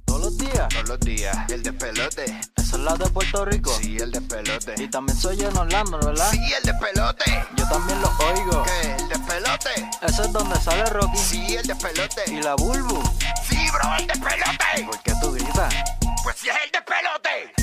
días. Todos los días, el despelote. Eso es la de Puerto Rico. Sí, el despelote. Y también soy en Orlando, ¿verdad? Sí, el despelote. Yo también lo oigo. ¿Qué? El despelote. Eso es donde sale Rocky. Sí, el despelote. Y la Bulbu. Sí, bro, el ¿Y despelote. por qué tú gritas? Pues sí, es el despelote.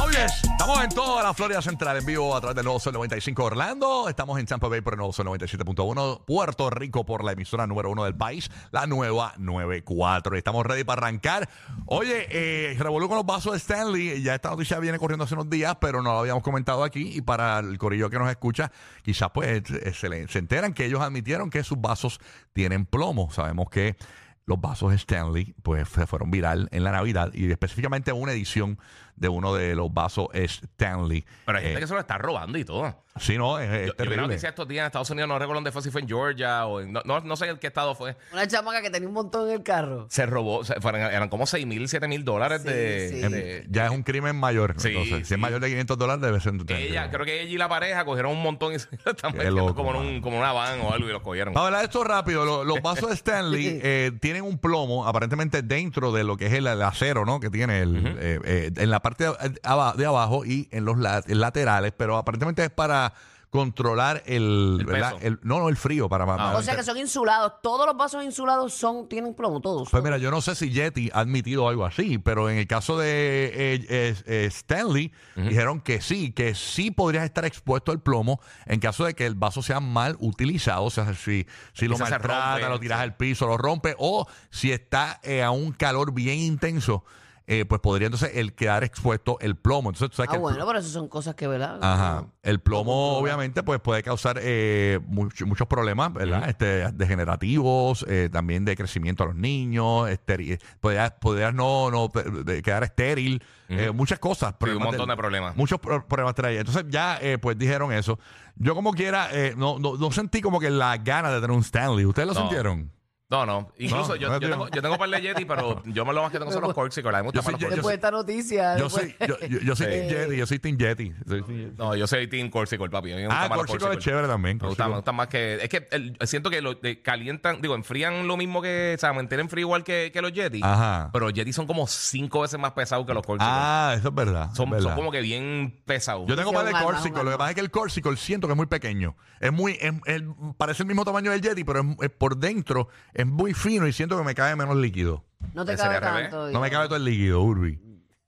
Oh, yes. Estamos en toda la Florida Central en vivo a través del Nuevo Sol 95 Orlando. Estamos en Tampa Bay por el Nuevo Sol 97.1. Puerto Rico por la emisora número uno del país, la nueva 94. Estamos ready para arrancar. Oye, eh, revolú con los vasos de Stanley. Ya esta noticia viene corriendo hace unos días, pero no lo habíamos comentado aquí. Y para el corillo que nos escucha, quizás pues eh, se, le- se enteran que ellos admitieron que sus vasos tienen plomo. Sabemos que los vasos Stanley pues se fueron viral en la Navidad y específicamente una edición de uno de los vasos Stanley. Pero hay gente Eh, que se lo está robando y todo. Sí, no, es, es Yo, yo vi una terrible. noticia estos días en Estados Unidos, no recuerdo dónde fue, si fue en Georgia o en- no, no, no sé en qué estado fue. Una chamaca que tenía un montón en el carro. Se robó, se- fueron- eran como 6 mil, 7 mil dólares Sí, de, sí. Em, de- ya es un crimen mayor. Sí, entonces, si sí. es mayor de 500 dólares, debe ser. un Ella, crimen. creo que ella y la pareja cogieron un montón y se lo están Qué metiendo loco, como, en un, mano. como en una van o algo y los cogieron. Para hablar de esto rápido, lo- los vasos de Stanley eh, tienen un plomo aparentemente dentro de lo que es el, el acero, ¿no? Que tiene el, eh, eh, en la parte de, aba- de abajo y en los la- laterales, pero aparentemente es para controlar el, El ¿verdad? peso. Ah, El- no, no, el frío para, para- O sea que son insulados. Todos los vasos insulados son, tienen plomo, todos. Pues mira, yo no sé si Yeti ha admitido algo así, pero en el caso de eh, eh, eh, Stanley, dijeron que sí, que sí podrías estar expuesto al plomo en caso de que el vaso sea mal utilizado, o sea, si, si lo Quizás se maltrata, rompe, lo tiras sí. al piso, lo rompe, o si está eh, a un calor bien intenso, eh, pues podría entonces el quedar expuesto el plomo. Entonces, tú sabes ah, que el bueno, pero eso son cosas que, ¿verdad? Ajá. El plomo, controlar. obviamente, pues puede causar eh, mucho- muchos problemas, ¿verdad? Este, degenerativos, eh, también de crecimiento a los niños, esteri- podrías, podrías no, no pe- de quedar estéril, eh, muchas cosas. un montón de problemas. Muchos pro- problemas traía. Entonces ya, eh, pues dijeron eso. Yo como quiera, eh, no, no, no sentí como que la gana de tener un Stanley. ¿Ustedes lo No. sintieron? No, no. Incluso No, yo, no yo te digo. tengo, yo tengo par de Yeti, pero yo lo más que tengo son los corksicles. A mí me Yo gustan más soy- yo los Después corksicles. de esta noticia. Yo después- soy, yo, yo- yo soy Eh. Team Yeti, yo soy Team Yeti. Soy Team Yeti. No, yo soy Team corksicle, papi. A mí me gustan Ah, más los Corsico es corksicles. chévere también. Me gusta, me Corsico. gusta más que. Es que el- siento que lo, eh, calientan, digo, enfrían lo mismo que. O sea, mantienen frío igual que, que los Yeti. Ajá. Pero los Yeti son como cinco veces más pesados que los Corsicle. Ah, eso es verdad. son, es verdad. son como que bien pesados. Yo tengo Sí, par un de alma, Corsico. un Lo que alma. pasa es que el Corsico siento que es muy pequeño. Es muy, es- es- parece el mismo tamaño del Yeti, pero es, es por dentro es muy fino y siento que me cae menos líquido. No te Ese cabe era al revés. tanto. No me cabe todo el líquido, Urbi.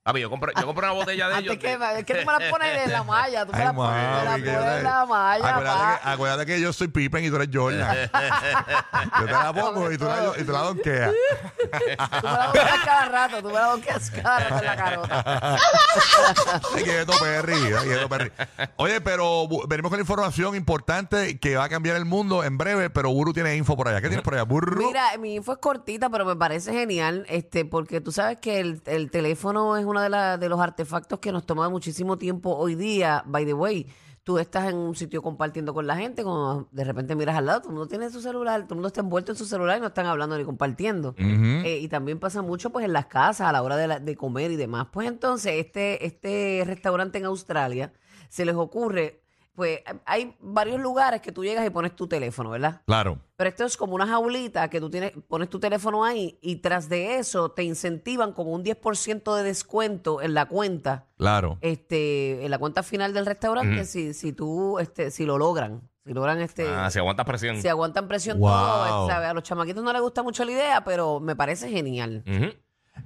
Papi, yo compré, yo compré una botella de ellos. Antes que, Ah, es que tú me la pones en la malla. Tú me Ay, Pues la pones, me la mami, que yo pones te- en la malla. acuérdate, que, pa. acuérdate que yo soy Pippen y tú eres Jordan. yo te la pongo y tú la, y tú la donkeas. Tú me la buscas cada rato. Tú me la buscas cada rato en la carota. Ay, quieto, Perry, ay, quieto, Perry. Oye, pero bu- venimos con la información importante que va a cambiar el mundo en breve, pero Buru tiene info por allá. ¿Qué tienes por allá, Burro? Mira, mi info es cortita, pero me parece genial, este, porque tú sabes que el, el teléfono es uno de, la- de los artefactos que nos toma muchísimo tiempo hoy día. By the way, tú estás en un sitio compartiendo con la gente, como de repente miras al lado, todo el mundo tiene su celular, todo el mundo está envuelto en su celular y no están hablando ni compartiendo. Eh, y también pasa mucho pues en las casas a la hora de, la- de comer y demás. Pues entonces, este, este restaurante en Australia se les ocurre, pues hay varios lugares que tú llegas y pones tu teléfono, ¿verdad? Claro. Pero esto es como una jaulita que tú tienes, pones tu teléfono ahí y tras de eso te incentivan con un 10% de descuento en la cuenta, Claro. este, en la cuenta final del restaurante, si, si tú, este, si lo logran, si logran este, Ah, si aguantas presión. si aguantan presión Wow. todo, ¿sabes? A los chamaquitos no les gusta mucho la idea, pero me parece genial. Ujú.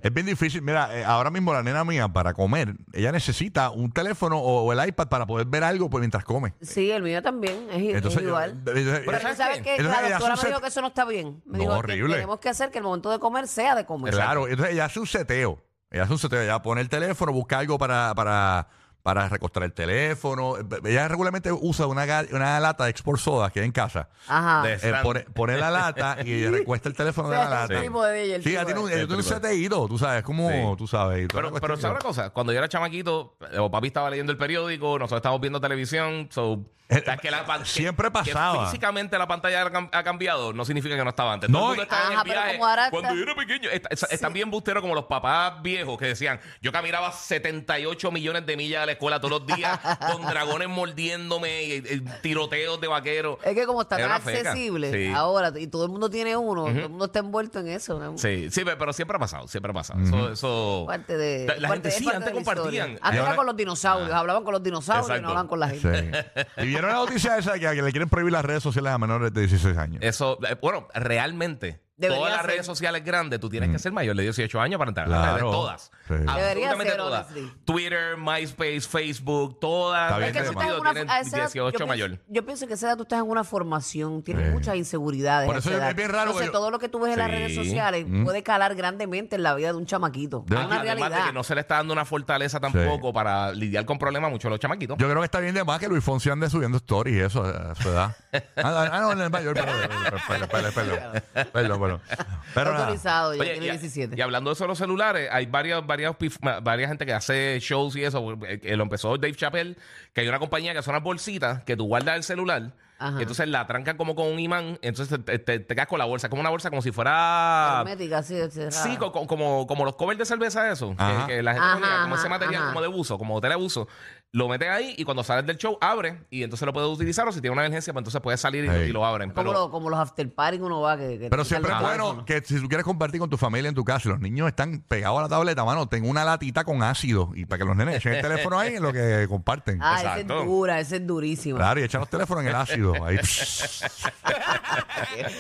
Es bien difícil. Mira, eh, ahora mismo la nena mía para comer, ella necesita un teléfono o, o el iPad para poder ver algo pues, mientras come. Sí, el mío también, es, i- es Entonces, yo- igual. entonces, pero eh, tú sabes que entonces la ella doctora hace me un dijo set- que eso no está bien. Me No, dijo que horrible. tenemos que hacer que el momento de comer sea de comer. Claro, entonces ella hace un seteo. Ella hace un seteo. Ella pone el teléfono, busca algo para, para, para recostar el teléfono. Ella regularmente usa una, ga- una lata de export soda que hay en casa. Ajá. De- Eh, pone, pone la lata y ella recuesta el teléfono de la Sí, el lata. tipo de ella, el Sí, ella tipo tiene un, de- ella tiene un Sí. seteíto, tú sabes, como, Sí. tú sabes. y toda Pero, la pero cuestión. ¿sabes una cosa? Cuando yo era chamaquito, eh, o papi estaba leyendo el periódico, nosotros estábamos viendo televisión, so, Eh, O sea, que la pan- que- siempre que pasaba. físicamente la pantalla ha cam- ha cambiado, no significa que no estaba antes. No, Todo el mundo y- estaba en Ajá, el pero viaje. como ahora Cuando está- yo era pequeño, est- es- están bien busteros como los papás viejos que decían: Yo caminaba 78 millones de millas a la escuela todos los días con dragones mordiéndome y, y tiroteos de vaqueros. Es que como está Era tan una feca. accesible Sí. ahora y todo el mundo tiene uno, todo el mundo está envuelto en eso. ¿no? Sí, sí, pe- pero siempre ha pasado, siempre ha pasado. Eso, eso- Parte de, La parte- gente es sí, parte antes de la historia. compartían. Ah. Antes Ahora- era con los dinosaurios, hablaban con los dinosaurios y Exacto. no hablaban con la gente. Sí. Y vieron la noticia esa que, que le quieren prohibir las redes sociales a menores de 16 años. Eso, eh, bueno, realmente. Debería todas las ser. redes sociales grandes, tú tienes que ser mayor de 18 años para entrar. a las Mm. Claro. redes, todas. Sí. Debería Absolutamente ser, todas. honestly. Twitter, MySpace, Facebook, todas. Está bien, Es que Gente tú estás en sentido una- tienen a esa edad- yo 18 pienso- mayor. Yo pienso que a esa edad tú estás en una formación, tienes Sí. muchas inseguridades. Por a eso esa es edad. bien raro, Entonces, porque- todo lo que tú ves en las Sí. redes sociales puede calar grandemente en la vida de un chamaquito. De- Es una Además realidad. de que no se le está dando una fortaleza tampoco para lidiar con problemas mucho a los chamaquitos. Yo creo que está bien de más que Luis Fonsi ande subiendo stories y eso a a su edad. Ah, Ah, ah, no, en el mayor, perdón, perdón, perdón, perdón, perdón, perdón. Pero Está nada. autorizado, ya Oye, tiene y, 17. y hablando de eso de los celulares, hay varias, varias, pif- ma- varias gente que hace shows y eso. eh, que Lo empezó Dave Chappelle, que hay una compañía que son las bolsitas que tú guardas el celular. Ajá. Entonces la trancan como con un imán. Entonces te, te- te quedas con la bolsa. Como una bolsa como si fuera. Hermética, sí, cerrada. Sí, co- co- como, como los covers de cerveza, eso. Ajá. Que, que la gente Ajá, ponía como ese ajá, material ajá. como de buzo, como de buzo. Lo metes ahí y cuando sales del show, abre y entonces lo puedes utilizar. O si tiene una emergencia, pues entonces puedes salir y, Ey. y lo abren. como, Pero, lo- como los after party que uno va. Que, Pero que te quitan siempre es los bueno teléfonos. que si tú quieres compartir con tu familia en tu casa, y los niños están pegados a la tableta, mano, tengo una latita con ácido y para que los nenes echen el teléfono ahí en lo que comparten. Ah, esa es Exacto. dura, esa es durísima. Claro, y echan los teléfonos en el ácido. Ahí,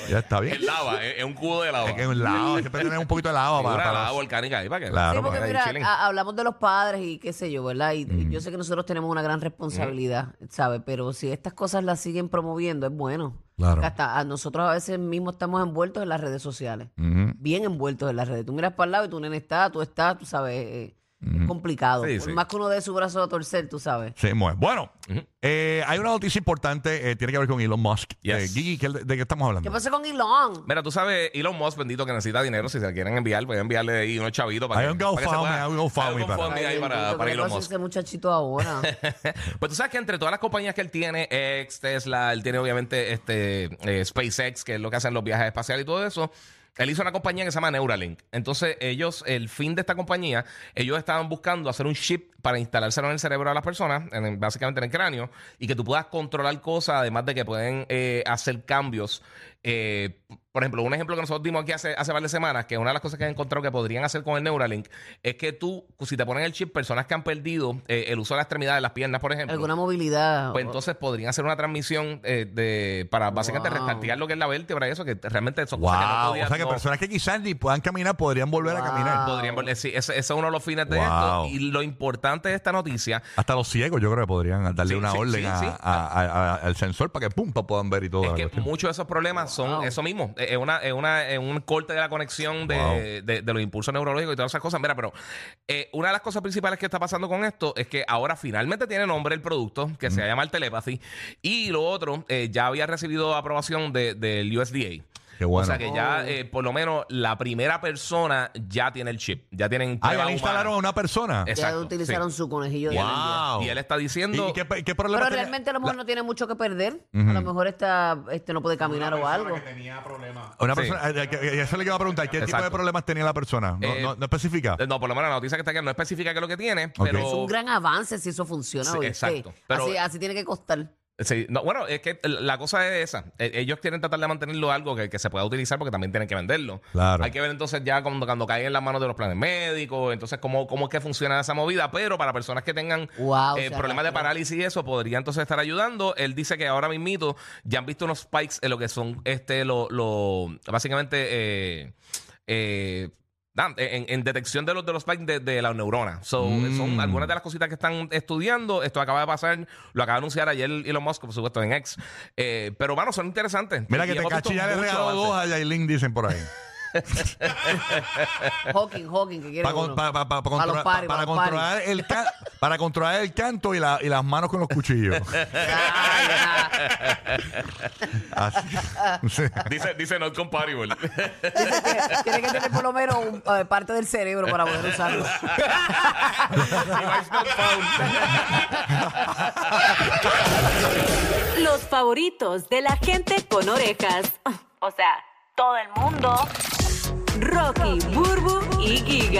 ya está bien. es lava, es, es un cubo de lava. Es que es un lava, siempre tienes un poquito de lava Figura para, de para lava los- volcánica ahí para que. Oh, Claro, pues. Sí, porque para que mira, ah, chillen. a- hablamos de los padres y qué sé yo, ¿verdad? Y yo sé que nosotros tenemos una gran responsabilidad, ¿sabes? Pero si estas cosas las siguen promoviendo, es bueno. Claro. Que Hasta a nosotros a veces mismos estamos envueltos en las redes sociales. Bien envueltos en las redes. Tú miras para el lado y tu nene está, tú estás, tú sabes. eh, Es complicado. Sí, Por sí. Más que uno dé su brazo a torcer, tú sabes. Sí, muy bien. Bueno, eh, hay una noticia importante, eh, tiene que ver con Elon Musk. Yes. Eh, Gigi, ¿qué- ¿de qué estamos ¿Qué hablando? pasó con Elon? Mira, tú sabes, Elon Musk, bendito, que necesita dinero. Si se la quieren enviar, pueden enviarle ahí unos chavitos para Hay que. un para que se GoFundMe, pueda- hay un GoFundMe hay un para- GoFundMe ahí para- bendito, para ¿qué le Elon pasó a Musk. ese muchachito ahora? Pues tú sabes que entre todas las compañías que él tiene, ex Tesla, él tiene obviamente este eh, SpaceX, que es lo que hacen los viajes espaciales y todo eso. Él hizo una compañía que se llama Neuralink. Entonces, ellos, el fin de esta compañía, ellos estaban buscando hacer un chip para instalárselo en el cerebro de las personas, en el- básicamente en el cráneo, y que tú puedas controlar cosas, además de que pueden eh, hacer cambios. Eh, por ejemplo, un ejemplo que nosotros dimos aquí hace, hace varias semanas, que una de las cosas que han encontrado que podrían hacer con el Neuralink es que tú, si te ponen el chip, personas que han perdido eh, el uso de las extremidades, las piernas, por ejemplo, ¿Alguna movilidad? pues entonces podrían hacer una transmisión eh, de, para básicamente Wow. restartear lo que es la vértebra y eso, que realmente son Wow, cosas que no podían, o sea que no- personas que quizás ni puedan caminar podrían volver a Wow. caminar. podrían vol- eh, sí, ese, ese es uno de los fines de Wow. esto. Y lo importante de esta noticia Hasta los ciegos yo creo que podrían darle Sí, una sí, orden sí, a- sí. a- a- a- al sensor para que pum, pa, puedan ver y todo. es la que mm, cuestión. muchos de esos problemas Wow. son eso mismo. Eh, Es, una, es, una, es un corte de la conexión de, Wow. de- de los impulsos neurológicos y todas esas cosas. Mira, pero eh, una de las cosas principales que está pasando con esto es que ahora finalmente tiene nombre el producto, que Mm. se llama el Telepathy. Y lo otro, eh, ya había recibido aprobación de- del USDA. Qué bueno. O sea que Oh. ya, eh, por lo menos, la primera persona ya tiene el chip. Ya tienen. ah, prueba ya le instalaron a humana. una persona. Es- ya exacto, utilizaron su conejillo de India. Wow. Y él está ¿Y diciendo. y qué, qué problema Pero tenía? realmente a lo mejor no tiene mucho que perder. A lo mejor está, este no puede caminar o algo. Una Sí. persona, eh, que- que- eso es lo que iba a preguntar. ¿Qué tipo de Exacto. problemas tenía la persona? No, Eh, no- no especifica. No, por lo menos la noticia que está aquí no especifica qué es lo que tiene, pero. Es un gran avance si eso funciona. Sí, ¿oíste? exacto. Pero- eh, así, así tiene que costar. Sí, no, bueno, es que la cosa es esa. E- Ellos quieren tratar de mantenerlo algo que, que se pueda utilizar porque también tienen que venderlo. Claro. Hay que ver entonces ya cuando, cuando cae en las manos de los planes médicos, entonces cómo, cómo es que funciona esa movida, pero para personas que tengan Wow, eh, Ah, o sea, problemas de claro. parálisis y eso, podría entonces estar ayudando. Él dice que ahora mismito ya han visto unos spikes en lo que son este lo, lo básicamente eh, eh, Ah, en, en detección de los de los spikes de, de las neuronas. So, Mm. Son algunas de las cositas que están estudiando. Esto acaba de pasar, lo acaba de anunciar ayer Elon Musk, por supuesto, en X. Eh, pero bueno, son interesantes. Mira Y que te hemos visto cachi ya le mucho regaló avance. dos a Yailin, dicen por ahí. Hawking, Hawking, que quiere Pa- uno. con- pa- pa- pa- Pa' controlar- los pa- paris, Para pa' los paris. controlar el ca- para controlar el canto y, la- y las manos con los cuchillos. Ah, Así- Dice, dice not compatible. Dice que tiene que tener por lo menos un- eh, parte del cerebro para poder usarlo. Device not found. Los favoritos de la gente con orejas. O sea, todo el mundo. Rocky, Burbu y Giga.